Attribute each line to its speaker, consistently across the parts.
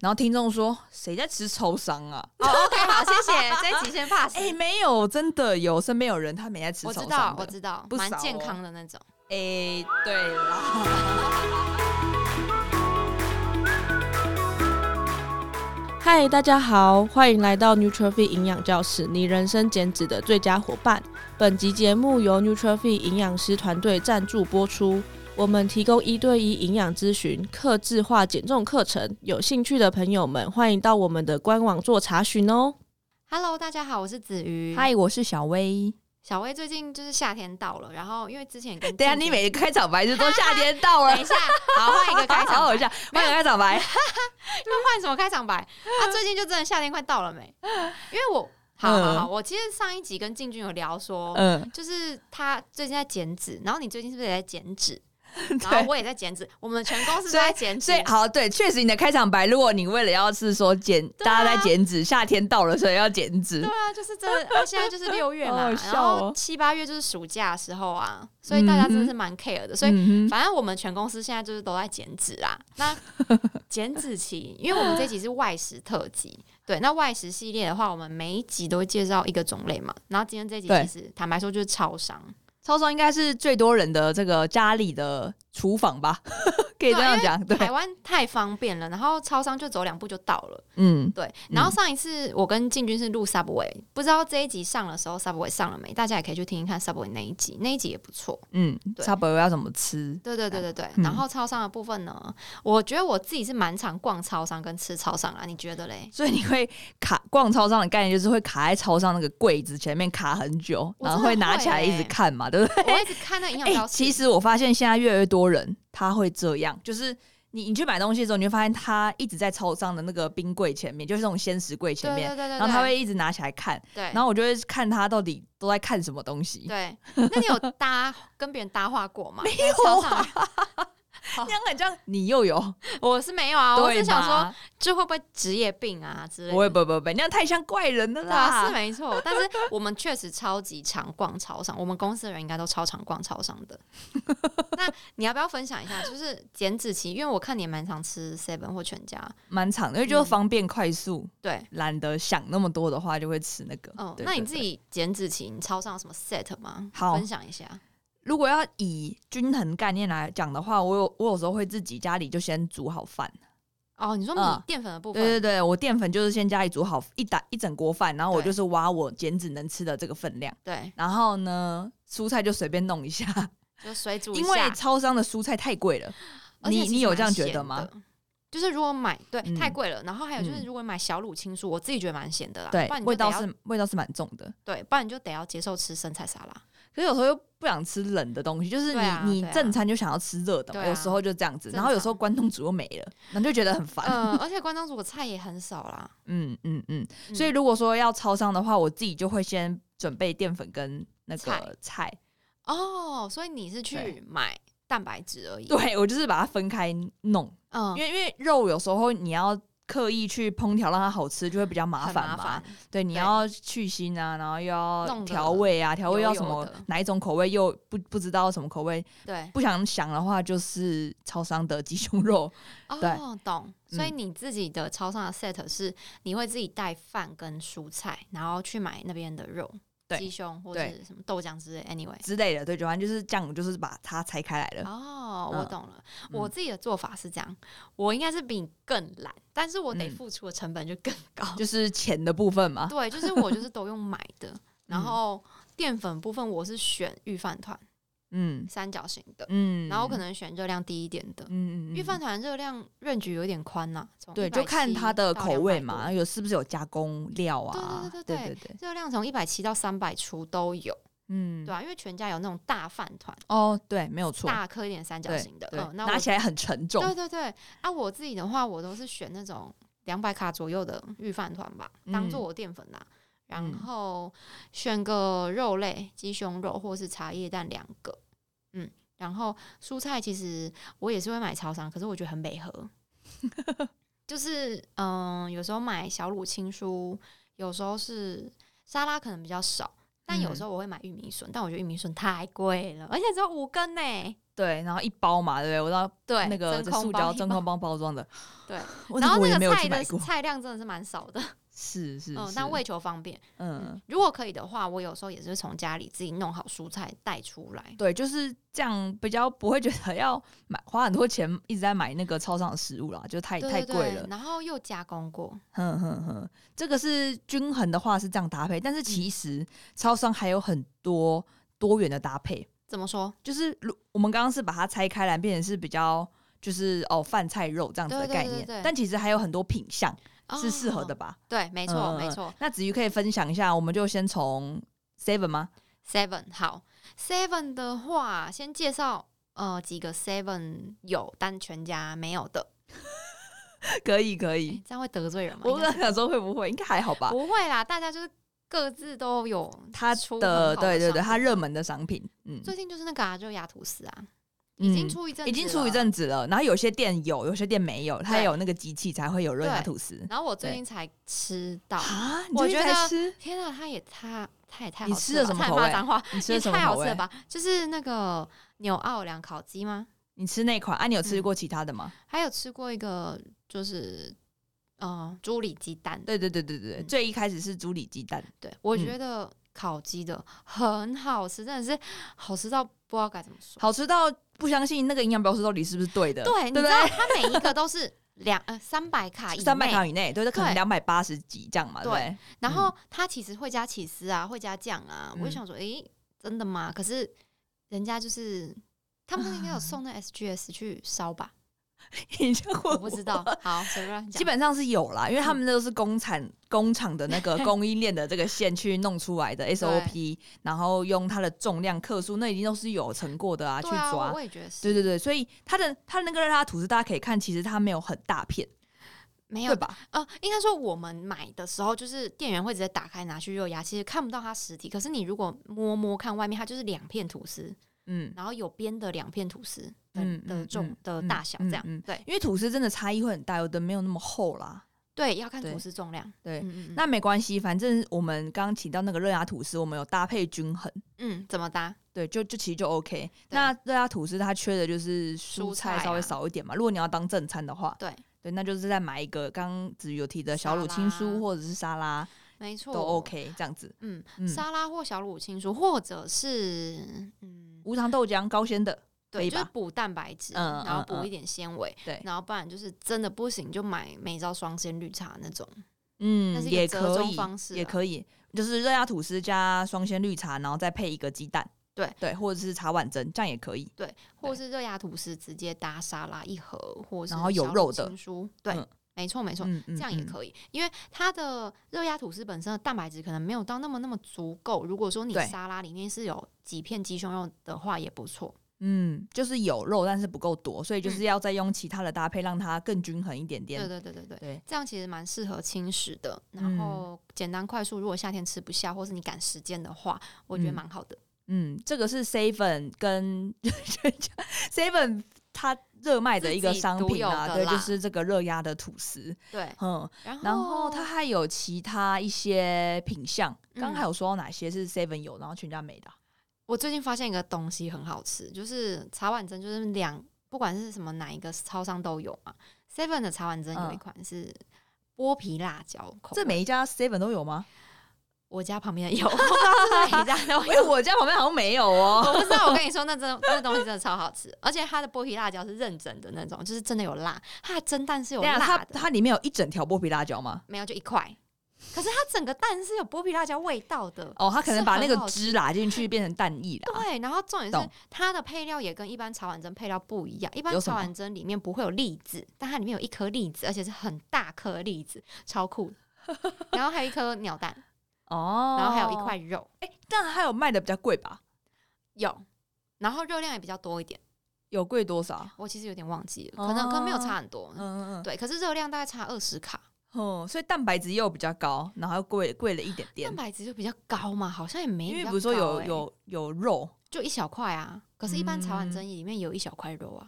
Speaker 1: 然后听众说谁在吃抽伤 啊？
Speaker 2: 哦，OK，好，谢谢，这一集 先 pass。
Speaker 1: 哎、没有，真的有身边有人他没在吃
Speaker 2: 我
Speaker 1: 抽
Speaker 2: 知
Speaker 1: 伤
Speaker 2: 道，
Speaker 1: 的
Speaker 2: 我知道，
Speaker 1: 不
Speaker 2: 蛮
Speaker 1: 少
Speaker 2: 健
Speaker 1: 哦
Speaker 2: 康的那种。
Speaker 1: 哎、对啦，
Speaker 3: 嗨，大家好，欢迎来到 Nutrify 营养教室，你人生减脂的最佳伙伴。本集节目由 Nutrify 营养师团队赞助播出。我们提供一对一营养咨询、客制化减重课程，有兴趣的朋友们欢迎到我们的官网做查询哦。
Speaker 2: Hello，大家好，我是子瑜。，
Speaker 1: 嗨，我是小薇。
Speaker 2: 小薇，最近就是夏天到了，然后因为之前跟
Speaker 1: 等一下
Speaker 2: 静
Speaker 1: 啊你
Speaker 2: 姐
Speaker 1: 每个开场白就都夏天到了
Speaker 2: 等一，下，好换一个开
Speaker 1: 哎
Speaker 2: 场
Speaker 1: 好
Speaker 2: 白，
Speaker 1: 好笑， 换个开场白。
Speaker 2: 要换什么开场白？啊，最近就真的夏天快到了没？因为我好好好，我其实上一集跟进军有聊说，
Speaker 1: 嗯，
Speaker 2: 就是他最近在减脂，然后你最近是不是也在减 脂？然后
Speaker 1: 对。
Speaker 2: 我也在减脂，我们全公司都在减脂
Speaker 1: 所以。好，对，确实你的开场白，如果你为了要是说减，大家在减脂，夏天到了，所以要减脂
Speaker 2: 对，啊，就是真的，啊现在就是六月
Speaker 1: 好
Speaker 2: 嘛，
Speaker 1: 好
Speaker 2: 然
Speaker 1: 笑哦嗯
Speaker 2: 后七八月就是暑假的时候啊，所以大家真的是蛮 care 的，所以
Speaker 1: 以
Speaker 2: 反正我们全公司现在就是都在减脂啊。 那减脂期，因为我们这集是外食特辑，对，那外食系列的话，我们每一集都会介绍一个种类嘛。然后今天这集
Speaker 1: 对
Speaker 2: 其实坦白说就是超商，
Speaker 1: 超商应该是最多人的这个家里的厨房吧， 可以这样讲，对，
Speaker 2: 台湾太方便了，然后超商就走两步就到了。
Speaker 1: 嗯，
Speaker 2: 对，然后上一次我跟进军是录 Subway，、不知道这一集上的时候 Subway 上了没？大家也可以去听一看 Subway 那一集，那一集也不错。
Speaker 1: 嗯，
Speaker 2: 对
Speaker 1: 差不多要怎么吃？
Speaker 2: 对对对对对，
Speaker 1: 嗯
Speaker 2: 然后超商的部分呢，我觉得我自己是蛮常逛超商跟吃超商啊，你觉 得嘞？
Speaker 1: 所以你会卡逛超商的概念就是会卡在超商那个柜子前面卡很久，
Speaker 2: 我真的
Speaker 1: 然后会拿起来一直看嘛，对不对？
Speaker 2: 我会一直看那营养
Speaker 1: 哎、
Speaker 2: 标识，
Speaker 1: 其实我发现现在越来越多人他会这样，就是你你去买东西的时候，你会发现他一直在超商的那个冰柜前面，就是那种鲜食柜前
Speaker 2: 对
Speaker 1: 面，
Speaker 2: 对对对，
Speaker 1: 然后他
Speaker 2: 对
Speaker 1: 会一直拿起来看，
Speaker 2: 对，
Speaker 1: 然后我就会看他到底都在看什么东西。
Speaker 2: 对，那你有搭跟别人搭话过吗？没
Speaker 1: 有啊
Speaker 2: 啊，
Speaker 1: 这样很像你又有，
Speaker 2: 我是没有啊，我
Speaker 1: 对
Speaker 2: 是想说
Speaker 1: 吧，
Speaker 2: 这会不会职业病啊之类的。
Speaker 1: 不会不会不会，不会那样太像怪人了
Speaker 2: 对啊，
Speaker 1: 啦。
Speaker 2: 是没错，但是我们确实超级常逛超商，我们公司的人应该都超常逛超商 的。那你要不要分享一下，就是减脂期？因为我看你也蛮常吃 seven 或全家，
Speaker 1: 蛮长的，因为
Speaker 2: 嗯
Speaker 1: 就方便快速，
Speaker 2: 对，
Speaker 1: 懒得想那么多的话，就会吃那个。
Speaker 2: 哦，
Speaker 1: 对
Speaker 2: 那你
Speaker 1: 对
Speaker 2: 自
Speaker 1: 对
Speaker 2: 己减脂期，你超商有什么 set 吗？
Speaker 1: 好
Speaker 2: 分享一下。
Speaker 1: 如果要以均衡概念来讲的话，我有我有时候会自己家里就先煮好饭。
Speaker 2: 哦，你说米
Speaker 1: 嗯
Speaker 2: 淀粉的部
Speaker 1: 对
Speaker 2: 分，
Speaker 1: 对对，我淀粉就是先家里煮好一打一整锅饭，然后我
Speaker 2: 对
Speaker 1: 就是挖我减脂能吃的这个分量。
Speaker 2: 对，
Speaker 1: 然后呢，蔬菜就随便弄一下，
Speaker 2: 就水煮一
Speaker 1: 因为
Speaker 2: 下
Speaker 1: 超商的蔬菜太贵了。
Speaker 2: 而且
Speaker 1: 你
Speaker 2: 其实
Speaker 1: 你有
Speaker 2: 蛮
Speaker 1: 这样觉
Speaker 2: 咸
Speaker 1: 得吗
Speaker 2: 的？就是如果买对、
Speaker 1: 嗯
Speaker 2: 太贵了，然后还有就是
Speaker 1: 嗯
Speaker 2: 如果买小乳清素，我自己觉得蛮咸的啦。
Speaker 1: 对
Speaker 2: 不然，你就
Speaker 1: 味道
Speaker 2: 得要
Speaker 1: 是味道是蛮重的。
Speaker 2: 对，不然你就得要接受吃生菜沙拉。
Speaker 1: 可是有时候又不想吃冷的东西，就是你、
Speaker 2: 对啊
Speaker 1: 你
Speaker 2: 对啊
Speaker 1: 正餐就想要吃热的嘛，
Speaker 2: 对啊
Speaker 1: 有时候就这样子，
Speaker 2: 正
Speaker 1: 然后有时候关东煮又没了，那就觉得很 烦。
Speaker 2: 嗯、而且关东煮的菜也很少啦。
Speaker 1: 嗯嗯嗯，
Speaker 2: 嗯
Speaker 1: 所以如果说要超商的话，我自己就会先准备淀粉跟那
Speaker 2: 菜
Speaker 1: 个菜，
Speaker 2: 哦，所以你是去
Speaker 1: 对
Speaker 2: 买蛋白质而已。，
Speaker 1: 对我就是把它分开弄，
Speaker 2: 嗯，
Speaker 1: 因为因为肉有时候你要刻意去烹调让它好吃，就会比较麻
Speaker 2: 很
Speaker 1: 烦嘛。
Speaker 2: 麻烦。
Speaker 1: 对，你
Speaker 2: 对
Speaker 1: 要去腥啊，然后又要
Speaker 2: 弄得
Speaker 1: 调味啊，调味
Speaker 2: 油
Speaker 1: 要什
Speaker 2: 油
Speaker 1: 么
Speaker 2: 的
Speaker 1: 哪一种口味又不不知道什么口味，
Speaker 2: 对，
Speaker 1: 不想想的话就是超商的鸡胸肉，
Speaker 2: 哦
Speaker 1: 对，
Speaker 2: 懂。所以
Speaker 1: 嗯
Speaker 2: 你自己的超商的 set 是你会自己带饭跟蔬菜，然后去买那边的肉，
Speaker 1: 对
Speaker 2: 鸡胸或
Speaker 1: 对
Speaker 2: 是什么豆浆之类。Anyway，
Speaker 1: 之类的，对，就反正就是这样，我就是把它拆开来了。
Speaker 2: 哦，我
Speaker 1: 嗯
Speaker 2: 懂了。我
Speaker 1: 嗯
Speaker 2: 自己的做法是这样，我应该是比你更懒，但是我得
Speaker 1: 嗯
Speaker 2: 付出的成本就更 高。
Speaker 1: 就是钱的部分嘛，
Speaker 2: 对，就是我就是都用买 的，然后淀粉部分我是选预饭团
Speaker 1: 嗯
Speaker 2: 三角形的，
Speaker 1: 嗯，
Speaker 2: 然后可能选热量低一点的。
Speaker 1: 嗯嗯嗯
Speaker 2: 预饭团热量润局有点宽呐、从
Speaker 1: 对，就看它的
Speaker 2: 170
Speaker 1: 口味
Speaker 2: 到
Speaker 1: 嘛，
Speaker 2: 200多。
Speaker 1: 有是不是有加工料啊？
Speaker 2: 对对对对
Speaker 1: 对对
Speaker 2: 热量从一百七到三百出都有，
Speaker 1: 嗯，
Speaker 2: 对啊，因为全家有那种大饭团，
Speaker 1: 哦，对，没有错，
Speaker 2: 大颗一点三角
Speaker 1: 对
Speaker 2: 形的，
Speaker 1: 对
Speaker 2: 嗯，那
Speaker 1: 拿
Speaker 2: 我
Speaker 1: 起来很沉重
Speaker 2: 对，对对，啊，我自己的话，我都是选那种两百卡左右的预饭团吧，当做
Speaker 1: 嗯
Speaker 2: 我淀粉啦。然
Speaker 1: 嗯
Speaker 2: 后选个肉类，鸡胸肉或是茶叶蛋两个，嗯，然后蔬菜其实我也是会买超商，可是我觉得很美 合，就是嗯，有时候买小乳清蔬，有时候是沙拉可能
Speaker 1: 嗯
Speaker 2: 比较少，但有时候我会买玉米笋，但我觉得玉米笋太贵了，而且只有五根呢，
Speaker 1: 对，然后一包嘛，对不对？我到
Speaker 2: 对，
Speaker 1: 那个
Speaker 2: 真空
Speaker 1: 塑
Speaker 2: 包
Speaker 1: 胶
Speaker 2: 一
Speaker 1: 真
Speaker 2: 包
Speaker 1: 空包包装的，
Speaker 2: 对，
Speaker 1: 我
Speaker 2: 然后
Speaker 1: 我也
Speaker 2: 那
Speaker 1: 没有
Speaker 2: 个菜
Speaker 1: 去买
Speaker 2: 的
Speaker 1: 过，
Speaker 2: 菜量真的是蛮少的，
Speaker 1: 是是
Speaker 2: 嗯，
Speaker 1: 是，
Speaker 2: 但为求方便，
Speaker 1: 嗯，
Speaker 2: 如果可以的话，我有时候也是从家里自己弄好蔬菜带出 来。
Speaker 1: 对，就是这样，比较不会觉得要买花很多钱一直在买那个超商的食物啦，就太
Speaker 2: 对
Speaker 1: 太
Speaker 2: 对
Speaker 1: 贵
Speaker 2: 对
Speaker 1: 了。
Speaker 2: 然后又加工过，
Speaker 1: 哼哼哼，这个是均衡的话是这样搭配，但
Speaker 2: 嗯
Speaker 1: 是其实超商还有很多多元的搭配，
Speaker 2: 怎么说？
Speaker 1: 就是如我们刚刚是把它拆开来，变成是比较就是哦饭菜肉这样子的
Speaker 2: 对对
Speaker 1: 概
Speaker 2: 对
Speaker 1: 念，
Speaker 2: 对
Speaker 1: 但其实还有很多品相是适合的
Speaker 2: 哦。
Speaker 1: 吧？
Speaker 2: 对，没错，
Speaker 1: 嗯
Speaker 2: 没
Speaker 1: 嗯
Speaker 2: 错。
Speaker 1: 那子瑜可以分享一下，我们就先从 Seven 吗？
Speaker 2: Seven 好，Seven 的话，先介绍呃几个 Seven 有但全家没有的，
Speaker 1: 可以可以
Speaker 2: 诶，这样会得罪人吗？
Speaker 1: 我
Speaker 2: 应该
Speaker 1: 在想说会不会，应该还好吧？
Speaker 2: 不会啦，大家就是各自都有
Speaker 1: 它
Speaker 2: 出
Speaker 1: 的
Speaker 2: 很好
Speaker 1: 对对
Speaker 2: 商
Speaker 1: 对，
Speaker 2: 品
Speaker 1: 它热门的商品，嗯，
Speaker 2: 最近就是那个啊，就雅图斯啊，已经
Speaker 1: 嗯
Speaker 2: 出一阵，
Speaker 1: 已经出一。阵子了。然后有些店有，有些店没有，它
Speaker 2: 对
Speaker 1: 有那个机器才会有热
Speaker 2: 对
Speaker 1: 压吐司
Speaker 2: 然后我最
Speaker 1: 对
Speaker 2: 近才吃到，
Speaker 1: 啊！你
Speaker 2: 我
Speaker 1: 最近
Speaker 2: 觉
Speaker 1: 才
Speaker 2: 得
Speaker 1: 吃，
Speaker 2: 天啊，它也它它也太
Speaker 1: 你
Speaker 2: 好
Speaker 1: 吃
Speaker 2: 了
Speaker 1: 了
Speaker 2: 吧
Speaker 1: 什么
Speaker 2: 差点
Speaker 1: 口
Speaker 2: 骂
Speaker 1: 味
Speaker 2: 脏话，
Speaker 1: 你吃
Speaker 2: 也
Speaker 1: 了什么
Speaker 2: 太
Speaker 1: 口
Speaker 2: 好吃
Speaker 1: 味
Speaker 2: 了？吧？就是那个纽奥良烤鸡吗？
Speaker 1: 你吃那款啊？你有吃
Speaker 2: 嗯
Speaker 1: 过其他的吗？
Speaker 2: 还有吃过一个就是呃猪里鸡蛋的，
Speaker 1: 对对对对对，
Speaker 2: 嗯
Speaker 1: 最一开始是猪里鸡蛋，
Speaker 2: 对我
Speaker 1: 嗯
Speaker 2: 觉得烤鸡的很好吃，真的是好吃到不知道该怎么说。
Speaker 1: 好吃到不相信那个营养标示到底是不是对的，
Speaker 2: 对，你
Speaker 1: 对
Speaker 2: 知
Speaker 1: 不
Speaker 2: 道它每一个都是两呃三百卡以
Speaker 1: 对？三百
Speaker 2: 内
Speaker 1: 卡以内，对，可能
Speaker 2: 对
Speaker 1: 两百八十几这样嘛，对不对？
Speaker 2: 然后它其实会加起司啊，会加酱啊。
Speaker 1: 嗯
Speaker 2: 我就想说，诶、真的吗？可是人家就是他们那个应该有送那 SGS 去烧吧？
Speaker 1: 你这样问
Speaker 2: 我不知道。嗯好，随便乱讲。
Speaker 1: 基本上是有啦，因为他们那都是工厂工厂的那个 供应链的这个线去弄出来的 SOP，然后用它的重量克数，那一定都是有成过的啊，去
Speaker 2: 对啊，我
Speaker 1: 抓
Speaker 2: 我。也觉得是，
Speaker 1: 对对对，所以它的它的那个热拉吐司，大家可以看，其实它没有很大片，
Speaker 2: 没
Speaker 1: 对
Speaker 2: 有
Speaker 1: 吧？
Speaker 2: 呃，应该说我们买的时候，就是店员会直接打开拿去热压，其实看不到它实体。可是你如果摸摸看外面，它就是两片吐司，
Speaker 1: 嗯，
Speaker 2: 然后有边的两片吐司的、
Speaker 1: 嗯
Speaker 2: 的
Speaker 1: 嗯
Speaker 2: 重
Speaker 1: 嗯
Speaker 2: 的
Speaker 1: 嗯
Speaker 2: 大小这样。
Speaker 1: 嗯嗯
Speaker 2: 对
Speaker 1: 因为吐司真的差异会很大，有的没有那么厚啦。
Speaker 2: 对，要看
Speaker 1: 对
Speaker 2: 吐司重量。
Speaker 1: 对
Speaker 2: 嗯嗯嗯
Speaker 1: 那没关系，反正我们刚刚提到那个热压吐司，我们有搭配均衡，
Speaker 2: 嗯怎么搭？
Speaker 1: 对，就就其实就 OK。那热压吐司它缺的就是蔬
Speaker 2: 蔬菜
Speaker 1: 菜
Speaker 2: 啊
Speaker 1: 稍微少一点嘛，如果你要当正餐的话，
Speaker 2: 对，
Speaker 1: 对，那就是再买一个刚刚子瑜有提的小
Speaker 2: 沙
Speaker 1: 乳清
Speaker 2: 拉哦
Speaker 1: 酥或者是沙拉
Speaker 2: 没错，
Speaker 1: 都 OK，这样子。
Speaker 2: 嗯，
Speaker 1: 嗯
Speaker 2: 沙拉或小乳清酥，或者是嗯，
Speaker 1: 无糖豆浆高纤的，可以
Speaker 2: 对，就是
Speaker 1: 吧
Speaker 2: 补蛋白质，
Speaker 1: 嗯嗯
Speaker 2: 然
Speaker 1: 嗯
Speaker 2: 后补一点纤维，
Speaker 1: 对
Speaker 2: 然后不然就是真的不行就买美招双鲜绿茶那种，那
Speaker 1: 嗯，
Speaker 2: 是一个
Speaker 1: 也
Speaker 2: 折
Speaker 1: 可
Speaker 2: 中
Speaker 1: 以，
Speaker 2: 方式啊
Speaker 1: 也
Speaker 2: 啦
Speaker 1: 可以，就是热压吐司加双鲜绿茶，然后再配一个鸡蛋，
Speaker 2: 对
Speaker 1: 对，或者是茶碗蒸，这样也可以。
Speaker 2: 对，或是热压吐司直接搭沙拉一盒，或是
Speaker 1: 然后有
Speaker 2: 小
Speaker 1: 肉
Speaker 2: 乳
Speaker 1: 的
Speaker 2: 清酥，对，
Speaker 1: 嗯
Speaker 2: 没错没错。
Speaker 1: 嗯，嗯
Speaker 2: 这样也
Speaker 1: 以。
Speaker 2: 可以，因为它的热压吐司本身的蛋白质可能没有到那么那么足够。如果说你
Speaker 1: 对
Speaker 2: 沙拉里面是有几片鸡胸肉的话，也不错。
Speaker 1: 嗯，就是有肉，但是不够多，所以就
Speaker 2: 嗯
Speaker 1: 是要再用其他的搭配，让它更均衡一点点。
Speaker 2: 对对对对对，
Speaker 1: 对
Speaker 2: 这样其实蛮适合轻食的，
Speaker 1: 嗯
Speaker 2: 然后简单快速。如果夏天吃不下，或是你赶时间的话，我觉得蛮好的。
Speaker 1: 嗯，这个是 Seven 跟 Seven 它热卖的一个
Speaker 2: 自己
Speaker 1: 商
Speaker 2: 独
Speaker 1: 品
Speaker 2: 有
Speaker 1: 啊，
Speaker 2: 的
Speaker 1: 对，就
Speaker 2: 啦哦
Speaker 1: 是这个热压的吐司。
Speaker 2: 对，
Speaker 1: 嗯，
Speaker 2: 然后
Speaker 1: 然后它还有其他一些品相，刚刚
Speaker 2: 嗯
Speaker 1: 还有说到哪些是 Seven 有，然后全家没的啊。
Speaker 2: 我最近发现一个东西很好吃，就是茶碗蒸，就是两不管是什么哪一个超商都有嘛。Seven 的茶碗蒸有一
Speaker 1: 嗯
Speaker 2: 款是剥皮辣椒口味，
Speaker 1: 这每一家 Seven 都有吗？
Speaker 2: 我家旁边有， 我不知道是哪一家都
Speaker 1: 因为
Speaker 2: 有。
Speaker 1: 哎我家旁边好像没有哦。
Speaker 2: 我不知道，我跟你说，那真的那东西真的超好吃，而且它的剥皮辣椒是认真的那种，就是真的有辣，它的蒸蛋是有
Speaker 1: 对啊，它
Speaker 2: 辣的。
Speaker 1: 它里面有一整条剥皮辣椒吗？
Speaker 2: 没有，就一块。可是它整个蛋是有剥皮辣椒味道的。
Speaker 1: 哦，它可能把那
Speaker 2: 是
Speaker 1: 个
Speaker 2: 很好吃
Speaker 1: 汁拉进去变成蛋液啦。
Speaker 2: 对，然后重点是
Speaker 1: 懂
Speaker 2: 它的配料也跟一般茶碗蒸配料不一样。一般
Speaker 1: 有什
Speaker 2: 茶
Speaker 1: 么
Speaker 2: 碗蒸里面不会有栗子，但它里面有一颗栗子，而且是很大颗栗子，超酷 的然后还有一颗鸟蛋，
Speaker 1: 哦，
Speaker 2: 然后还有一块，肉，
Speaker 1: 哎，但还有卖的比较贵吧？
Speaker 2: 有，然后热量也比较多一点。
Speaker 1: 有贵多少？
Speaker 2: 我其实有点忘记了，可能可能没有差很多。
Speaker 1: 哦嗯嗯嗯，
Speaker 2: 对，可是热量大概差二十卡，
Speaker 1: 哦，所以蛋白质又比较高，然后又贵贵了一点点
Speaker 2: 蛋。白质就比较高嘛，好像也没
Speaker 1: 因为
Speaker 2: 比较
Speaker 1: 比如说
Speaker 2: 高
Speaker 1: 有
Speaker 2: 欸
Speaker 1: 有有肉，
Speaker 2: 就一小块啊，可是，一般茶碗
Speaker 1: 嗯
Speaker 2: 蒸里面有一小块肉啊。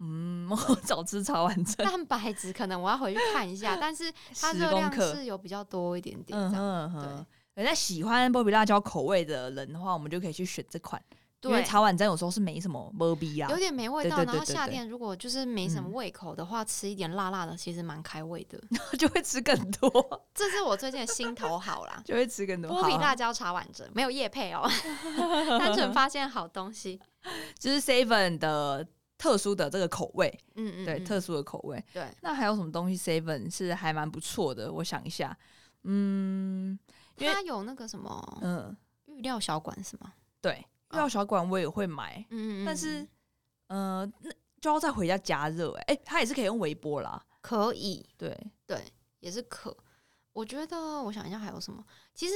Speaker 1: 嗯，我 早吃茶碗蒸，
Speaker 2: 蛋白质可能我要回去看一下， 但是它
Speaker 1: 10
Speaker 2: 热
Speaker 1: 公
Speaker 2: 量
Speaker 1: 克
Speaker 2: 是有比较多一点点
Speaker 1: 嗯
Speaker 2: 这样。
Speaker 1: 哼嗯
Speaker 2: 对
Speaker 1: 哼，人家喜欢波比辣椒口味的人的话，我们就可以去选这款。因为
Speaker 2: 对，
Speaker 1: 茶碗蒸有时候是没什么味逼啊
Speaker 2: 有。点没味道。
Speaker 1: 对对
Speaker 2: 然
Speaker 1: 对
Speaker 2: 后
Speaker 1: 对
Speaker 2: 夏
Speaker 1: 对
Speaker 2: 天如果就是没什么
Speaker 1: 嗯
Speaker 2: 胃口的话，吃一点辣辣的其实蛮开胃的。
Speaker 1: 就会吃更多，，
Speaker 2: 这是我最近的心头好啦
Speaker 1: 就会吃更多。
Speaker 2: 剥皮
Speaker 1: 好啊
Speaker 2: 辣椒茶碗蒸没有叶 配哦，单纯发现好东西。
Speaker 1: 就是 Seven 的特殊的这个口味，
Speaker 2: 嗯嗯，
Speaker 1: 对，
Speaker 2: 嗯
Speaker 1: 特殊的口味。
Speaker 2: 对，
Speaker 1: 那还有什么东西 Seven 是还蛮不错的？我想一下，嗯因为
Speaker 2: 它有那个什么
Speaker 1: 嗯，
Speaker 2: 预料小馆是吗？
Speaker 1: 对，药小馆我也会买，
Speaker 2: 嗯嗯，
Speaker 1: 但
Speaker 2: 嗯
Speaker 1: 是
Speaker 2: 哦嗯
Speaker 1: 呃，那就要再回家加热、欸。哎、它也是可以用微波啦。
Speaker 2: 可以，
Speaker 1: 对，
Speaker 2: 对，也是可。我觉得我想一下还有什么，其实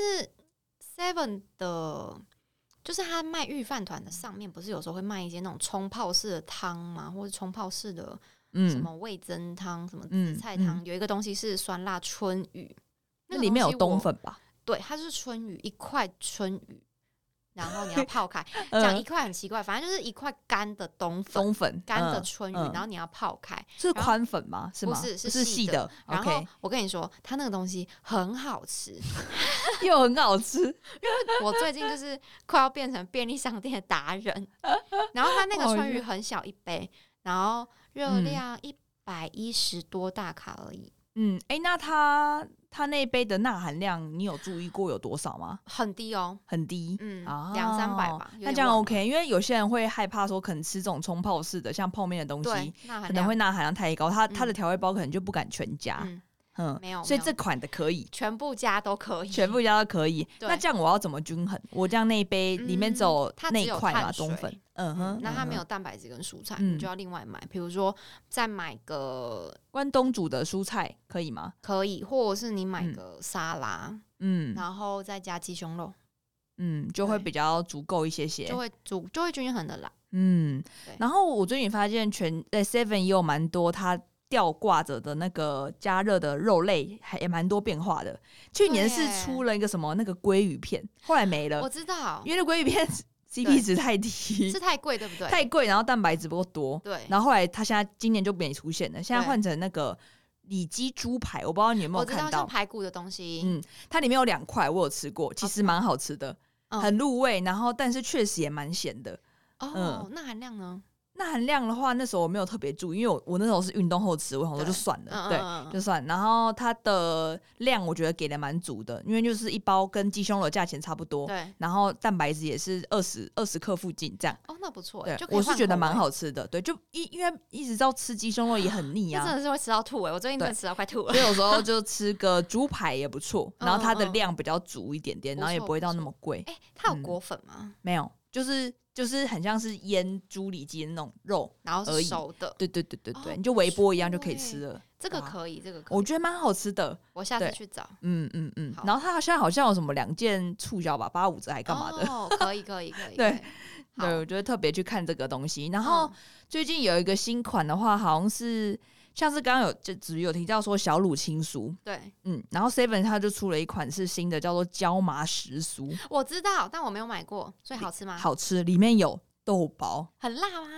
Speaker 2: Seven 的，就是他卖预饭团的上面不是有时候会卖一些那种冲泡式的汤嘛，或者冲泡式的
Speaker 1: 嗯，
Speaker 2: 什么味增汤、什么
Speaker 1: 嗯
Speaker 2: 紫菜汤，有一个东西是酸辣春雨，
Speaker 1: 那
Speaker 2: 个
Speaker 1: 里面
Speaker 2: 东
Speaker 1: 有
Speaker 2: 西
Speaker 1: 冬
Speaker 2: 我，
Speaker 1: 粉吧？
Speaker 2: 对，它就是春雨一块春雨，然后 你要泡开，
Speaker 1: 呃
Speaker 2: 讲一块很奇怪，反正就是一块干的冬粉。
Speaker 1: 冬粉
Speaker 2: 干的
Speaker 1: 嗯
Speaker 2: 春雨，
Speaker 1: 嗯
Speaker 2: 然后你要泡开，
Speaker 1: 是
Speaker 2: 然后
Speaker 1: 宽粉吗？是
Speaker 2: 不
Speaker 1: 吗？
Speaker 2: 是是
Speaker 1: 是
Speaker 2: 细
Speaker 1: 的
Speaker 2: 的。然后
Speaker 1: OK，
Speaker 2: 我跟你说，它那个东西很好吃，
Speaker 1: 又很好吃。
Speaker 2: 我最近就是快要变成便利商店的 达人。然后它那个
Speaker 1: 好
Speaker 2: 川
Speaker 1: 热
Speaker 2: 渝很小一杯，然后热
Speaker 1: 嗯
Speaker 2: 量一百一十多大卡而已，
Speaker 1: 嗯，哎、那它它那一杯的钠含量，你有注意过有多少吗？
Speaker 2: 很低哦，
Speaker 1: 很低。
Speaker 2: 嗯
Speaker 1: 啊，，
Speaker 2: 两三百吧。有
Speaker 1: 那
Speaker 2: 点
Speaker 1: 这样
Speaker 2: 忘了
Speaker 1: OK，因为有些人会害怕说，可能吃这种冲泡式的，像泡面的东
Speaker 2: 对
Speaker 1: 西，，
Speaker 2: 那
Speaker 1: 可
Speaker 2: 含
Speaker 1: 能
Speaker 2: 量
Speaker 1: 会钠含量太高，它它
Speaker 2: 嗯
Speaker 1: 的调味包可能就不敢全加，
Speaker 2: 嗯，
Speaker 1: 嗯，
Speaker 2: 没有，
Speaker 1: 所以
Speaker 2: 没
Speaker 1: 这
Speaker 2: 有
Speaker 1: 款的可以，
Speaker 2: 全部加都可以，
Speaker 1: 全部加都可以。
Speaker 2: 对
Speaker 1: 那这样我要怎么均衡？我这样那一杯里面只有
Speaker 2: 嗯它只
Speaker 1: 那一
Speaker 2: 有
Speaker 1: 块嘛，
Speaker 2: 碳水
Speaker 1: 冬粉，嗯
Speaker 2: 嗯
Speaker 1: 哼，
Speaker 2: 那它没有
Speaker 1: 嗯哼
Speaker 2: 蛋白质跟蔬菜，
Speaker 1: 嗯
Speaker 2: 你就要另外买。比如说，再买个
Speaker 1: 关东煮的蔬菜可以吗？
Speaker 2: 可以，或者是你买
Speaker 1: 嗯
Speaker 2: 个沙拉，
Speaker 1: 嗯
Speaker 2: 然后再加鸡胸肉，
Speaker 1: 嗯，就会
Speaker 2: 对
Speaker 1: 比较足够一些些，
Speaker 2: 就会煮就会均衡的啦。
Speaker 1: 嗯
Speaker 2: 对，
Speaker 1: 然后我最近发现全在 Seven 也有蛮多它吊挂着的那个加热的肉类，还也蛮多变化的。去年是
Speaker 2: 对耶
Speaker 1: 出了一个什么那个鲑鱼片，后来没
Speaker 2: 我
Speaker 1: 了，
Speaker 2: 知道，
Speaker 1: 呃因为那鲑鱼片 CP 值太低
Speaker 2: 是，太贵，对不对？
Speaker 1: 太贵，然后蛋白质不够多。
Speaker 2: 对，
Speaker 1: 然后后来它现在今年就没出现了，现在
Speaker 2: 对
Speaker 1: 换成那个里脊猪排，我不知道你有没有
Speaker 2: 我知道
Speaker 1: 看
Speaker 2: 像
Speaker 1: 到，
Speaker 2: 排骨的东西，
Speaker 1: 嗯它里面有两块，我有吃过，其实蛮好吃的，
Speaker 2: 哦嗯
Speaker 1: 很入味，然后但是确实也蛮咸的。嗯
Speaker 2: 哦，那含量呢？
Speaker 1: 钠含量的话，那时候我没有特别注意，因为我我那时候是运动后吃，我想说
Speaker 2: 对
Speaker 1: 就算了，对，
Speaker 2: 嗯
Speaker 1: 就算。然后它的量我觉得给的蛮足的，因为就是一包跟鸡胸肉价钱差不多，
Speaker 2: 对，
Speaker 1: 然后蛋白质也是二十二十克附近这样。
Speaker 2: 哦，那不错
Speaker 1: 对
Speaker 2: 欸，就，可以
Speaker 1: 我是
Speaker 2: 换
Speaker 1: 觉得
Speaker 2: 口
Speaker 1: 蛮
Speaker 2: 味，
Speaker 1: 好吃的，对，就一因为一直到吃鸡胸肉也很腻
Speaker 2: 那
Speaker 1: 啊
Speaker 2: 真。的是会吃到吐哎，我最近真的
Speaker 1: 对
Speaker 2: 吃到快吐了
Speaker 1: 所。以有时候就吃个猪排也不错，
Speaker 2: 嗯
Speaker 1: 然后它的
Speaker 2: 嗯嗯
Speaker 1: 量比较足一点点，
Speaker 2: 不
Speaker 1: 然后也
Speaker 2: 错
Speaker 1: 不会
Speaker 2: 不
Speaker 1: 到那
Speaker 2: 错
Speaker 1: 么贵。
Speaker 2: 哎，它有
Speaker 1: 嗯
Speaker 2: 裹粉吗？
Speaker 1: 没有，就是就是很像是腌猪里脊的那种肉，
Speaker 2: 然后
Speaker 1: 而
Speaker 2: 是
Speaker 1: 已
Speaker 2: 熟的，
Speaker 1: 对对对对对，
Speaker 2: 哦
Speaker 1: 你就
Speaker 2: 不
Speaker 1: 微波一样就
Speaker 2: 错
Speaker 1: 可以
Speaker 2: 欸
Speaker 1: 吃了。
Speaker 2: 这个
Speaker 1: 哇
Speaker 2: 可以，这个可
Speaker 1: 啊我
Speaker 2: 以，
Speaker 1: 觉得蛮好吃的，
Speaker 2: 我下次
Speaker 1: 对
Speaker 2: 去找。
Speaker 1: 嗯嗯嗯。
Speaker 2: 好
Speaker 1: 然后它现在好像有什么两件促销吧，八五折还干嘛的？
Speaker 2: 哦，可以，可以，可以。
Speaker 1: 对
Speaker 2: 可以，
Speaker 1: 对，
Speaker 2: 好
Speaker 1: 我就会特别去看这个东西。然后
Speaker 2: 嗯
Speaker 1: 最近有一个新款的话，好像是像是刚刚有就只有提到说小乳清酥，
Speaker 2: 对，
Speaker 1: 嗯，然后 Seven 它就出了一款是新的，叫做椒麻食酥，
Speaker 2: 我知道，但我没有买过，所以好吃吗？，
Speaker 1: 好吃，里面有豆包，
Speaker 2: 很辣吗？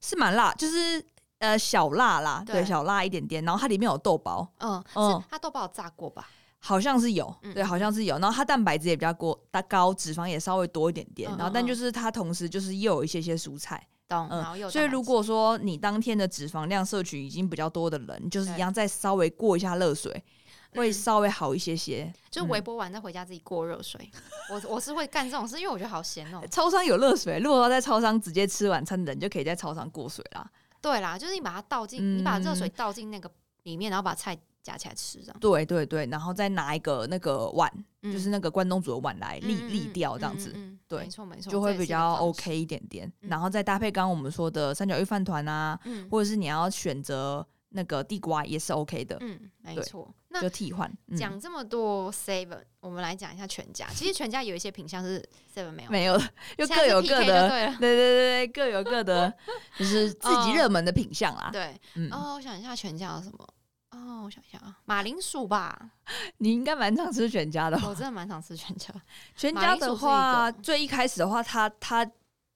Speaker 1: 是蛮辣，就是呃小辣啦，对，
Speaker 2: 对
Speaker 1: 小辣一点点。然后它里面有豆包，
Speaker 2: 嗯，
Speaker 1: 嗯
Speaker 2: 是它豆包有炸过吧？
Speaker 1: 好像是有，
Speaker 2: 嗯
Speaker 1: 对，好像是有。然后它蛋白质也比较高，它高，脂肪也稍微多一点点。
Speaker 2: 嗯嗯
Speaker 1: 然后但就是它同时就是又有一些些蔬菜，
Speaker 2: 懂，
Speaker 1: 嗯
Speaker 2: 然后又有
Speaker 1: 所以
Speaker 2: 蛋白
Speaker 1: 如
Speaker 2: 质
Speaker 1: 果说你当天的脂肪量摄取已经比较多的人，就是一样再稍微过一下热水，
Speaker 2: 嗯
Speaker 1: 会稍微好一些些。
Speaker 2: 就是微波完再回家自己过热水，我我是会干这种事，因为我觉得好咸哦、
Speaker 1: 超商有热水，如果说在超商直接吃晚餐的人，就可以在超商过水啦。
Speaker 2: 对啦，就是你把它倒进，
Speaker 1: 嗯
Speaker 2: 你把热水倒进那个里面，然后把菜夹起来吃，这样、
Speaker 1: 对对对，然后再拿一个那个碗，
Speaker 2: 嗯
Speaker 1: 就是那个关东煮的碗来沥
Speaker 2: 嗯嗯
Speaker 1: 沥
Speaker 2: 嗯
Speaker 1: 掉，这样
Speaker 2: 嗯
Speaker 1: 子。
Speaker 2: 嗯嗯
Speaker 1: 对
Speaker 2: 没错没错，
Speaker 1: 就
Speaker 2: 这
Speaker 1: 会
Speaker 2: 也是
Speaker 1: 比
Speaker 2: 一个
Speaker 1: 较
Speaker 2: 方式。
Speaker 1: OK 一点点，
Speaker 2: 嗯
Speaker 1: 然后再搭配刚刚我们说的三角鱼饭团啊，
Speaker 2: 嗯
Speaker 1: 或者是你要选择那个地瓜也是 OK 的，
Speaker 2: 嗯，没
Speaker 1: 对
Speaker 2: 错。那
Speaker 1: 就替换。嗯、
Speaker 2: 讲这么多 Seven，、我们来讲一下全家。其实全家有一些品相是 Seven 没有，
Speaker 1: 没有了，就
Speaker 2: 现
Speaker 1: 各
Speaker 2: 在是
Speaker 1: 有
Speaker 2: PK
Speaker 1: 各
Speaker 2: 就
Speaker 1: 的，
Speaker 2: 对了。哦
Speaker 1: 对对对对，各有各 的，就是自己热门的品相啦。
Speaker 2: 对，
Speaker 1: 嗯，
Speaker 2: 哦，我想一下全家有什么。哦，我想一下啊，马铃薯吧，
Speaker 1: 你应该蛮常吃全家的吧。
Speaker 2: 我真的蛮想吃全家。
Speaker 1: 全
Speaker 2: 哦马
Speaker 1: 家
Speaker 2: 铃薯
Speaker 1: 的
Speaker 2: 是一
Speaker 1: 话，
Speaker 2: 个
Speaker 1: 最一开始的话，它它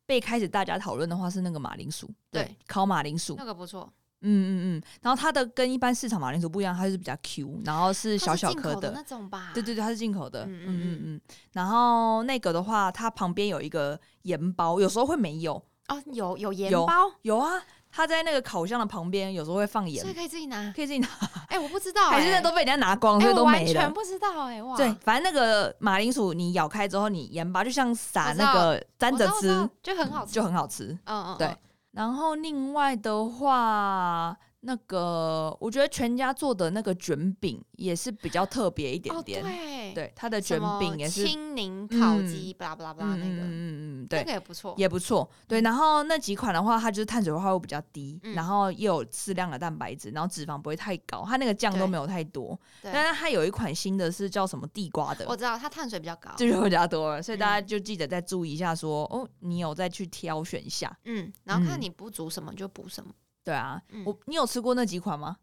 Speaker 1: 被开始大家讨论的话是那个马铃薯，
Speaker 2: 对，
Speaker 1: 烤马铃薯
Speaker 2: 那，个不错，
Speaker 1: 嗯嗯嗯，然后它的跟一般市场马铃薯不一样，它是比较 Q，然后是小小颗
Speaker 2: 它是进口的那种吧？
Speaker 1: 对对对，它是进口的。
Speaker 2: 啊嗯
Speaker 1: 嗯
Speaker 2: 嗯
Speaker 1: 嗯嗯。然后那个的话，它旁边有一个盐包，有时候会没有。
Speaker 2: 哦，有有盐
Speaker 1: 有
Speaker 2: 包，
Speaker 1: 有啊，它在那个烤箱的旁边，有时候会放盐
Speaker 2: 所以，可以自己 拿。
Speaker 1: 可以自己拿。
Speaker 2: 哎、我不知道、
Speaker 1: 还是那
Speaker 2: 哎
Speaker 1: 都被人家拿光，
Speaker 2: 哎、
Speaker 1: 所以
Speaker 2: 我
Speaker 1: 都
Speaker 2: 完
Speaker 1: 没
Speaker 2: 全
Speaker 1: 了。
Speaker 2: 不知道哎、哇！
Speaker 1: 对，反正那个马铃薯你咬开之后，你盐巴就像撒
Speaker 2: 我知
Speaker 1: 那
Speaker 2: 道
Speaker 1: 个沾
Speaker 2: 我
Speaker 1: 着
Speaker 2: 知道我
Speaker 1: 吃
Speaker 2: 知道，就很好吃。
Speaker 1: 就很好吃。
Speaker 2: 嗯嗯，嗯
Speaker 1: 对，然后另外的话，那个我觉得全家做的那个卷饼也是比较特别一点
Speaker 2: 哦
Speaker 1: 点，
Speaker 2: 对，
Speaker 1: 对它的
Speaker 2: 什
Speaker 1: 卷
Speaker 2: 么
Speaker 1: 饼也是，
Speaker 2: 青柠烤
Speaker 1: 嗯
Speaker 2: 鸡，巴拉巴拉巴拉
Speaker 1: 嗯嗯
Speaker 2: 那
Speaker 1: 嗯
Speaker 2: 个，
Speaker 1: 嗯嗯，对。
Speaker 2: 那个也不错。
Speaker 1: 也不错，对。然后那几款的话，它就是碳水化合物比较低，
Speaker 2: 嗯
Speaker 1: 然后又有适量的蛋白质，然后脂肪不会太高，它那个酱都
Speaker 2: 对
Speaker 1: 没有太多。
Speaker 2: 对
Speaker 1: 但是它有一款新的是叫什么地瓜的，
Speaker 2: 我知道嗯它碳水比较高。
Speaker 1: 就是会比较多了，所以大家就记得再注意一下说、哦，你有再去挑选一下。
Speaker 2: 嗯，然后看
Speaker 1: 嗯
Speaker 2: 你不足什么就补什么。
Speaker 1: 对啊，
Speaker 2: 嗯
Speaker 1: 我你有吃过那几款吗？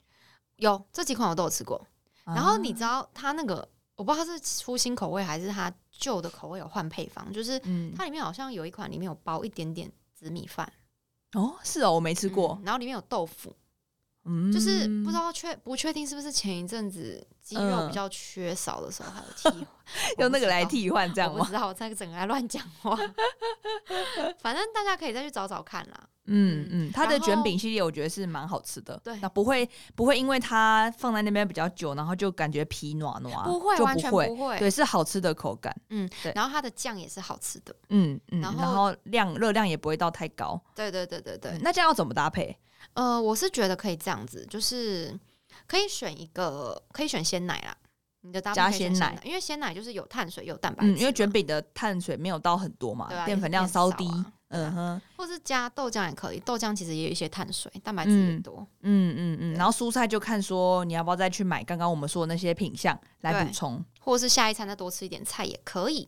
Speaker 2: 有这几款我都有吃过，然
Speaker 1: 啊
Speaker 2: 后你知道它那个，我不知道它是出新口味还是它旧的口味有换配方，就是
Speaker 1: 嗯，
Speaker 2: 它里面好像有一款里面有包一点点紫米饭，
Speaker 1: 哦，是哦，我没吃过
Speaker 2: 嗯，然后里面有豆腐，
Speaker 1: 嗯，
Speaker 2: 就是不知道确不确定是不是前一阵子肌肉
Speaker 1: 嗯
Speaker 2: 比较缺少的时候还有 替换，
Speaker 1: 用那个来
Speaker 2: 替。
Speaker 1: 替换这样
Speaker 2: 我不
Speaker 1: 吗？
Speaker 2: 知道，我在整个在乱讲话。 反正大家可以再去找找看 啦。
Speaker 1: 嗯嗯，它的
Speaker 2: 然后
Speaker 1: 卷饼系列我觉得是蛮好吃的，
Speaker 2: 对
Speaker 1: 那不会不会因为它放在那边比较久，然后就感觉皮软软，
Speaker 2: 不会，
Speaker 1: 啊就
Speaker 2: 完全
Speaker 1: 不会，
Speaker 2: 会。
Speaker 1: 对，是好吃的口感，对
Speaker 2: 然后它的酱也是好吃的。
Speaker 1: 嗯嗯，
Speaker 2: 然后
Speaker 1: 然后量热量也不会到太高，
Speaker 2: 对对对对对
Speaker 1: 嗯。那这样要怎么搭配？
Speaker 2: 呃，我是觉得可以这样子，就是可以选一个，可以选鲜奶啦。你的搭配
Speaker 1: 加
Speaker 2: 可以选
Speaker 1: 鲜
Speaker 2: 鲜
Speaker 1: 奶
Speaker 2: 奶，因为鲜奶就是有碳水有蛋白质
Speaker 1: 嗯，
Speaker 2: 嘛，
Speaker 1: 因为卷饼的碳水没有到很多嘛
Speaker 2: 对，啊
Speaker 1: 淀粉量
Speaker 2: 也是偏
Speaker 1: 稍
Speaker 2: 少啊
Speaker 1: 低，嗯哼，
Speaker 2: 或是加豆浆也可以，豆浆其实也有一些碳水，蛋白质也
Speaker 1: 嗯
Speaker 2: 多。
Speaker 1: 嗯嗯嗯，
Speaker 2: 对
Speaker 1: 然后蔬菜就看说你要不要再去买刚刚我们说的那些品相来补
Speaker 2: 对
Speaker 1: 充，
Speaker 2: 或是下一餐再多吃一点菜也可以。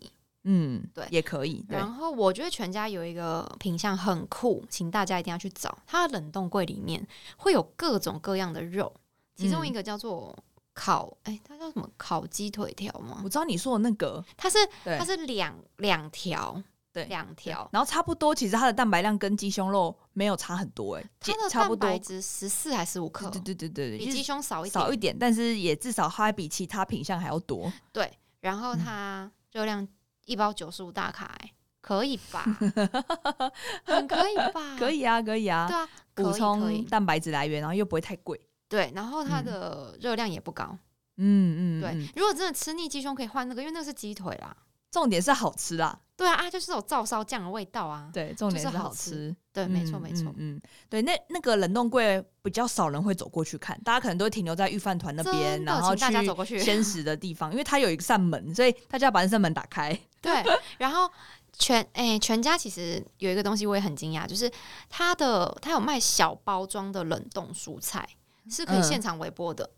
Speaker 1: 嗯，
Speaker 2: 对
Speaker 1: 也可以，对，
Speaker 2: 然后我觉得全家有一个品相很酷，请大家一定要去找。它的冷冻柜里面会有各种各样的肉，其中
Speaker 1: 嗯
Speaker 2: 一个叫做烤，哎、它叫什么？烤鸡腿条吗
Speaker 1: 我？知道你说的那 个，
Speaker 2: 它是
Speaker 1: 嗯对
Speaker 2: 它是两两条，
Speaker 1: 对
Speaker 2: 两条。
Speaker 1: 然后差不多，其实它的蛋白量跟鸡胸肉没有差很多、欸，
Speaker 2: 它
Speaker 1: 哎，
Speaker 2: 的
Speaker 1: 差不
Speaker 2: 蛋
Speaker 1: 多
Speaker 2: 白，质十四还十五克
Speaker 1: 对，对对对对，
Speaker 2: 比
Speaker 1: 就
Speaker 2: 鸡
Speaker 1: 是
Speaker 2: 胸少一
Speaker 1: 少
Speaker 2: 点。
Speaker 1: 一点，但是也至少它比其他品相还要多。
Speaker 2: 对，然后
Speaker 1: 嗯
Speaker 2: 它热量一包九十五大卡、哎可以 吧？很可以吧？
Speaker 1: 可，以啊，可以啊
Speaker 2: 嗯对，啊，
Speaker 1: 补
Speaker 2: 可以可
Speaker 1: 充
Speaker 2: 以
Speaker 1: 蛋白质来源，然后又不会太贵。
Speaker 2: 对，然后它
Speaker 1: 嗯
Speaker 2: 的热量也不高。
Speaker 1: 嗯嗯，
Speaker 2: 对
Speaker 1: 嗯，
Speaker 2: 如果真的吃腻鸡胸，可以换那个，因为那个是鸡腿啦。
Speaker 1: 重点是好吃啦，
Speaker 2: 对啊，啊，就是有照烧酱的味道啊。
Speaker 1: 对，重点
Speaker 2: 就是好
Speaker 1: 好吃，
Speaker 2: 对，没错
Speaker 1: 嗯
Speaker 2: 没错，
Speaker 1: 嗯，嗯对，那那个冷冻柜比较少人会走过去看，大家可能都会停留在御饭团那边，
Speaker 2: 真的
Speaker 1: 然后
Speaker 2: 请大家走
Speaker 1: 去
Speaker 2: 过去。
Speaker 1: 鲜食的地方，因为它有一扇门，所以大家把那扇门打开。
Speaker 2: 对，然后全哎、全家其实有一个东西我也很惊讶，就是它的它有卖小包装的冷冻蔬菜，是可以
Speaker 1: 嗯
Speaker 2: 现场微波的。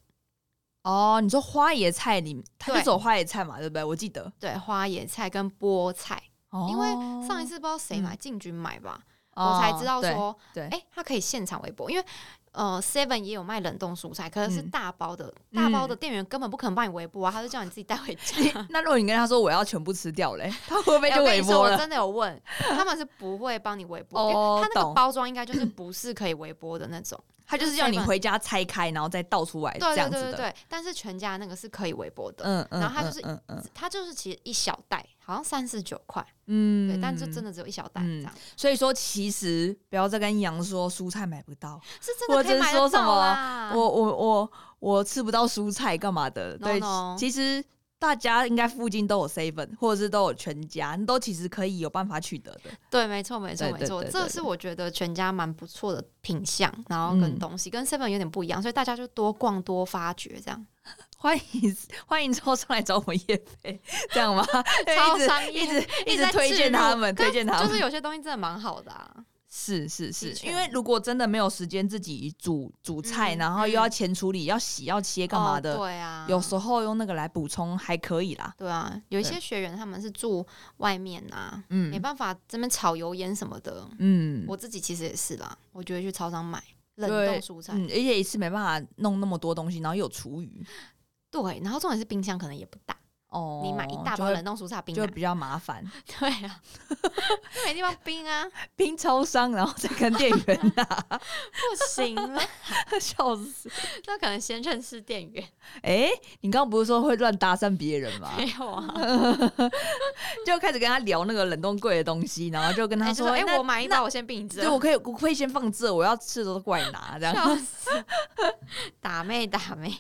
Speaker 1: 哦，你说花椰菜里，它就
Speaker 2: 对
Speaker 1: 走花椰菜嘛，对不对？我记得，
Speaker 2: 对，花椰菜跟菠菜，
Speaker 1: 哦嗯
Speaker 2: 因为上一次不知道谁买进军买吧，我才知道
Speaker 1: 哦
Speaker 2: 说，
Speaker 1: 对
Speaker 2: 哎、它可以现场微波，因为。呃，Seven 也有卖冷冻蔬菜，可是是
Speaker 1: 嗯
Speaker 2: 大包的，大包的
Speaker 1: 嗯
Speaker 2: 店员根本不可能帮你微波啊，他就叫你自己带回家。
Speaker 1: 对那如果你跟他说我要全部吃掉嘞，他会不会
Speaker 2: 哎
Speaker 1: 就
Speaker 2: 我跟
Speaker 1: 微
Speaker 2: 你说，
Speaker 1: 波
Speaker 2: 我
Speaker 1: 了？
Speaker 2: 真的有问，他们是不会帮你微波，
Speaker 1: 哦
Speaker 2: 因为它那
Speaker 1: 懂嗯
Speaker 2: 个包装应该就是不是可以微波的那种。
Speaker 1: 他就是要你回家拆开，然后再倒出来
Speaker 2: 对
Speaker 1: 哎这
Speaker 2: 对
Speaker 1: 样
Speaker 2: 对
Speaker 1: 子
Speaker 2: 对
Speaker 1: 的。
Speaker 2: 对，但是全家那个是可以微波的，
Speaker 1: 嗯嗯，
Speaker 2: 然后它就是
Speaker 1: 嗯嗯
Speaker 2: 它就是其实一小袋，好像三十九块，
Speaker 1: 嗯，
Speaker 2: 对，但就真
Speaker 1: 的，
Speaker 2: 的只有一小袋
Speaker 1: 嗯
Speaker 2: 这样，
Speaker 1: 所以说其实不要再跟杨说蔬菜买不到，
Speaker 2: 是真
Speaker 1: 或
Speaker 2: 的可
Speaker 1: 者
Speaker 2: 以买
Speaker 1: 说
Speaker 2: 得
Speaker 1: 什
Speaker 2: 到
Speaker 1: 么
Speaker 2: 啦。
Speaker 1: 我我我我吃不到蔬菜干嘛的？
Speaker 2: No,
Speaker 1: 对
Speaker 2: no
Speaker 1: 其实。大家应该附近都有 seven，或者是都有全家，都其实可以有办法取得的。
Speaker 2: 对，没错，没错，
Speaker 1: 对
Speaker 2: 没
Speaker 1: 对
Speaker 2: 错，
Speaker 1: 对
Speaker 2: 这
Speaker 1: 对
Speaker 2: 是我觉得全家蛮不错的品相，然后跟
Speaker 1: 嗯
Speaker 2: 东西、跟 Seven 有点不一样，所以大家就多逛多发掘这样。
Speaker 1: 欢迎欢迎之后上来找我们叶飞，这 样吗？
Speaker 2: 超
Speaker 1: 对
Speaker 2: 商
Speaker 1: 一
Speaker 2: 业
Speaker 1: 直一直一直
Speaker 2: 一直在
Speaker 1: 推荐
Speaker 2: 置入
Speaker 1: 他们，
Speaker 2: 可
Speaker 1: 推荐他
Speaker 2: 就
Speaker 1: 们。
Speaker 2: 是有些东西真的蛮好的、啊，
Speaker 1: 是是是
Speaker 2: 的，确
Speaker 1: 因为如果真的没有时间自己煮煮菜，
Speaker 2: 嗯
Speaker 1: 然后又要前处理、要洗、要切干嘛的，
Speaker 2: 哦对啊，
Speaker 1: 有时候用那个来补充还可以啦。
Speaker 2: 对啊，有一
Speaker 1: 对
Speaker 2: 些学员他们是住外面啊，没
Speaker 1: 嗯
Speaker 2: 办法这边炒油烟什么的，
Speaker 1: 嗯
Speaker 2: 我自己其实也是啦，我就会去超商买冷
Speaker 1: 对
Speaker 2: 冻蔬菜。
Speaker 1: 嗯，而且一次没办法弄那么多东西，然后又有厨余，
Speaker 2: 对，然后重点是冰箱可能也不大，
Speaker 1: 哦，
Speaker 2: 你买一大
Speaker 1: 就
Speaker 2: 包
Speaker 1: 会
Speaker 2: 冷冻蔬菜冰、
Speaker 1: 就
Speaker 2: 啊，
Speaker 1: 比较麻烦，
Speaker 2: 对啊，就没地方冰啊，
Speaker 1: 冰超商然后再跟店员拿，,
Speaker 2: 不行啊了，
Speaker 1: 笑死！
Speaker 2: 那可能先认识店员，
Speaker 1: 哎、你刚刚不是说会乱搭讪别人吗？
Speaker 2: 没有 啊？
Speaker 1: 就开始跟他聊那个冷冻柜的东西，然后就跟他
Speaker 2: 哎，就
Speaker 1: 说：“
Speaker 2: 说哎、
Speaker 1: 那
Speaker 2: 我买一啊包，我先冰
Speaker 1: 对，
Speaker 2: 着，
Speaker 1: 我可以，我可以先放这，我要吃的时候过来啊拿。”这 样，
Speaker 2: 笑死，打妹打妹，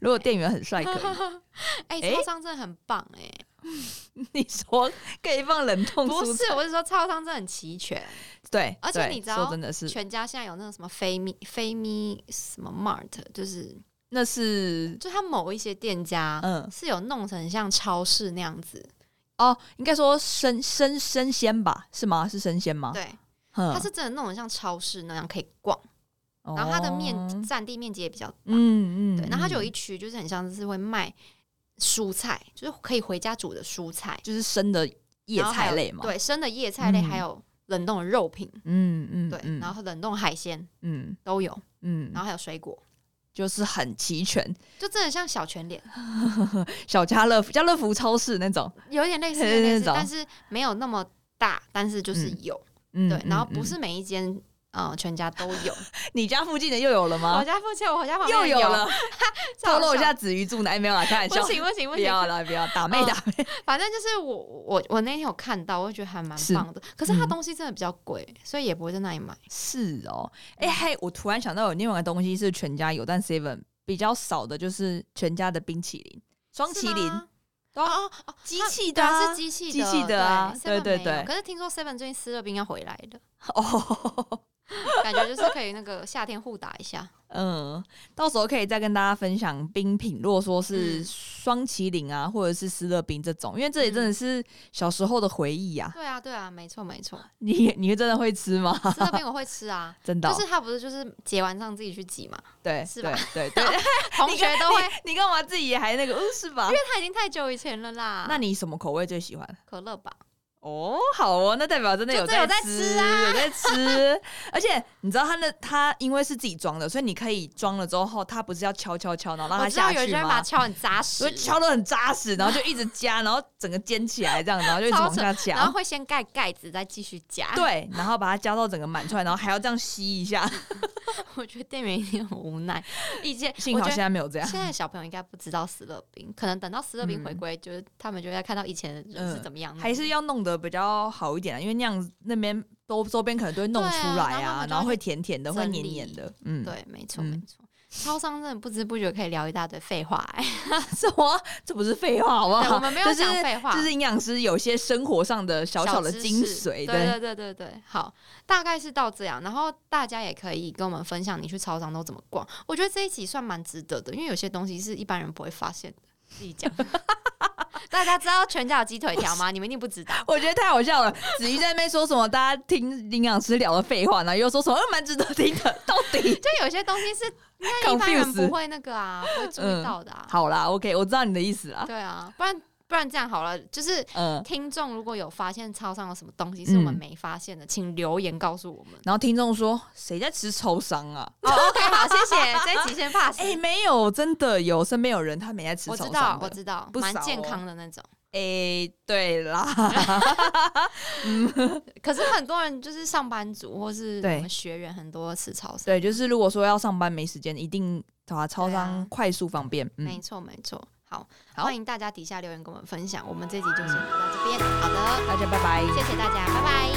Speaker 1: 如果店员很帅，可以。
Speaker 2: 哎、
Speaker 1: 哎
Speaker 2: 超商真的很棒哎、
Speaker 1: 你说可以放冷冻
Speaker 2: 不
Speaker 1: 蔬菜，
Speaker 2: 是，我是说超商真的很齐全，
Speaker 1: 对，
Speaker 2: 而且
Speaker 1: 对
Speaker 2: 你知道
Speaker 1: 说真的是，
Speaker 2: 全家现在有那种什么飞咪飞咪什么 mart，就是
Speaker 1: 那是
Speaker 2: 就它某一些店家
Speaker 1: 嗯
Speaker 2: 是有弄成像超市那样子，
Speaker 1: 哦，应该说生生生鲜吧？是吗？是生鲜吗？，
Speaker 2: 对，
Speaker 1: 它
Speaker 2: 它是真的弄成像超市那样可以逛，然后它的面占地面积也比较大，
Speaker 1: 哦嗯嗯，
Speaker 2: 对，然后它就有
Speaker 1: 嗯
Speaker 2: 一区就是很像是会卖蔬菜，就是可以回家煮的蔬菜，
Speaker 1: 嗯就是生的叶
Speaker 2: 然后还
Speaker 1: 菜
Speaker 2: 有
Speaker 1: 类嘛，，
Speaker 2: 对，生的叶菜类
Speaker 1: 嗯
Speaker 2: 还有冷冻的肉品，
Speaker 1: 嗯嗯，
Speaker 2: 对，
Speaker 1: 嗯
Speaker 2: 然后冷冻海鲜
Speaker 1: 嗯
Speaker 2: 都有，
Speaker 1: 嗯
Speaker 2: 然，后还有水果，
Speaker 1: 就是很齐全，
Speaker 2: 就真的像小全脸，
Speaker 1: 小家乐福、家乐福超市那种，
Speaker 2: 有 点类似，有
Speaker 1: 嘿
Speaker 2: 点类
Speaker 1: 那
Speaker 2: 似，
Speaker 1: 种
Speaker 2: 但是没有那么大，但是就是
Speaker 1: 嗯
Speaker 2: 有，
Speaker 1: 嗯，
Speaker 2: 对，然后
Speaker 1: 嗯
Speaker 2: 不是每一间。呃，全家都 有。
Speaker 1: 你家附近的又有了
Speaker 2: 我
Speaker 1: 吗？
Speaker 2: 家附近，我家旁边
Speaker 1: 又有了，透
Speaker 2: 超
Speaker 1: 露一
Speaker 2: 笑
Speaker 1: 下子瑜住哪？哎没有啦，开玩
Speaker 2: 不
Speaker 1: 笑，
Speaker 2: 行不行不
Speaker 1: 不
Speaker 2: 行，
Speaker 1: 要啦，不要打妹
Speaker 2: 嗯
Speaker 1: 打妹，
Speaker 2: 反正就是我我我那天有看到，我就觉得还蛮
Speaker 1: 是
Speaker 2: 棒的。可是它
Speaker 1: 嗯
Speaker 2: 东西真的比较贵，所以也不会在那里买。
Speaker 1: 是哦，哎
Speaker 2: 嗯
Speaker 1: 嘿，我突然想到有另外一个东西是全家有，但 Seven 比较少的，就是全家的冰淇淋、双
Speaker 2: 是
Speaker 1: 麒麟
Speaker 2: 吗
Speaker 1: 都要
Speaker 2: 哦哦，
Speaker 1: 机
Speaker 2: 它
Speaker 1: 器的
Speaker 2: 对啊
Speaker 1: 啊
Speaker 2: 是机器
Speaker 1: 机器的啊
Speaker 2: 对 7-Eleven
Speaker 1: 对对
Speaker 2: 没有
Speaker 1: 对
Speaker 2: 可是听说 Seven 最近斯乐冰要回来的，
Speaker 1: 哦，
Speaker 2: 感觉就是可以那个夏天互打一下。
Speaker 1: 嗯，到时候可以再跟大家分享冰品，如果说是
Speaker 2: 嗯
Speaker 1: 双麒麟啊，或者是斯乐冰这种，因为这里
Speaker 2: 嗯
Speaker 1: 真的是小时候的回忆啊。
Speaker 2: 对啊对啊，没错没错，
Speaker 1: 你你会真的会吃吗？
Speaker 2: 斯乐冰我会吃
Speaker 1: 。
Speaker 2: 啊
Speaker 1: 真的哦、
Speaker 2: 就是他不是就是结完账自己去 挤嘛，
Speaker 1: 对
Speaker 2: 是吧
Speaker 1: 对对对，
Speaker 2: 同学都会，因为
Speaker 1: 你干嘛自己还那个？嗯，是吧？
Speaker 2: 他已经太久以前了啦。
Speaker 1: 那你什么口味最喜欢？
Speaker 2: 可乐吧，
Speaker 1: 哦，好哦，那代表真的有
Speaker 2: 就真的有在
Speaker 1: 吃，
Speaker 2: 吃啊
Speaker 1: 有在 吃。而且你知道他那他因为是自己装的，所以你可以装了之后，他不是要敲敲敲，然后让
Speaker 2: 我
Speaker 1: 它
Speaker 2: 知道
Speaker 1: 下
Speaker 2: 有
Speaker 1: 去
Speaker 2: 些人把它
Speaker 1: 吗？
Speaker 2: 敲很扎实
Speaker 1: 所以，敲的很扎实，然后就一直夹，然后整个煎起来这样，然后就一直
Speaker 2: 超
Speaker 1: 往下
Speaker 2: 然后
Speaker 1: 夹。
Speaker 2: 会先盖盖子，再继续夹。
Speaker 1: 对，然后把它夹到整个满出来，然后还要这样吸一下。
Speaker 2: 我觉得店员一定很无奈。以前
Speaker 1: 幸
Speaker 2: 我
Speaker 1: 好
Speaker 2: 觉得
Speaker 1: 现在没有这样。
Speaker 2: 现在小朋友应该不知道斯乐冰，可能等到斯乐冰回归，就是他们就会看到以前的人是怎么样弄
Speaker 1: 嗯
Speaker 2: 的、
Speaker 1: 还是要弄得比较好一点啊，因为那样子那边都周边可能都会弄
Speaker 2: 对
Speaker 1: 出
Speaker 2: 啊
Speaker 1: 来
Speaker 2: 然后他
Speaker 1: 啊，
Speaker 2: 们就
Speaker 1: 然后
Speaker 2: 会
Speaker 1: 会甜甜的，会
Speaker 2: 整
Speaker 1: 黏
Speaker 2: 理
Speaker 1: 黏的，嗯，，
Speaker 2: 对，没错、
Speaker 1: 嗯
Speaker 2: 没错。超商真的不知不觉可以聊一大堆废话、哎，
Speaker 1: 什么？这不是废话好不
Speaker 2: 对
Speaker 1: 好？
Speaker 2: 我们没有
Speaker 1: 这是
Speaker 2: 讲废话
Speaker 1: 这是营养师有些生活上的小小的
Speaker 2: 知
Speaker 1: 精
Speaker 2: 识
Speaker 1: 髓，
Speaker 2: 对对对对对，好，大概是到这样。然后大家也可以跟我们分享你去超商都怎么逛，我觉得这一集算蛮值得的，因为有些东西是一般人不会发现的。自己讲， 大家知道全家有鸡腿条吗？你们一定不知道。
Speaker 1: 我觉得太好笑了，子怡在那边说什么，大家听营养师聊的废话，然后又说什么，呃蛮值得听的， 到底
Speaker 2: 就有些东西是应该一般人
Speaker 1: Confuse
Speaker 2: 不会那个啊，不会注意到的啊。
Speaker 1: 嗯好啦，OK，我知道你的意思啦，
Speaker 2: 对啊，不然不然这样好了，就是
Speaker 1: 嗯。
Speaker 2: 听众如果有发现超商有什么东西是我们
Speaker 1: 嗯
Speaker 2: 没发现的，请留言告诉我们。
Speaker 1: 然后听众说：“谁在吃超商啊
Speaker 2: 哦，OK，好，谢谢，这一集先 pass。？”
Speaker 1: 哎、没有，真的有身边有人他没在吃
Speaker 2: 我
Speaker 1: 超
Speaker 2: 知
Speaker 1: 商
Speaker 2: 道，
Speaker 1: 的
Speaker 2: 我知道，
Speaker 1: 不
Speaker 2: 蛮
Speaker 1: 少
Speaker 2: 健
Speaker 1: 哦
Speaker 2: 康的那种。
Speaker 1: 诶、对啦，
Speaker 2: 可是很多人就是上班族或是
Speaker 1: 对
Speaker 2: 我们学员，很多吃超商。
Speaker 1: 对，就是如果说要上班没时间，一定找他超
Speaker 2: 对啊
Speaker 1: 商快速方便。
Speaker 2: 没
Speaker 1: 嗯，
Speaker 2: 错，没错。好，
Speaker 1: 好
Speaker 2: 欢迎大家底下留言跟我们分享。我们这集就先聊到这边。好的，
Speaker 1: 大家拜拜。
Speaker 2: 谢谢大家，拜拜。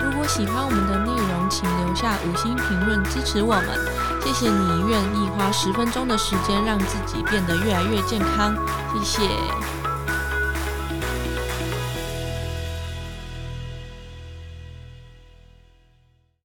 Speaker 3: 如果喜欢我们的内容，请留下五星评论支持我们。谢谢你愿意花十分钟的时间让自己变得越来越健康，谢谢。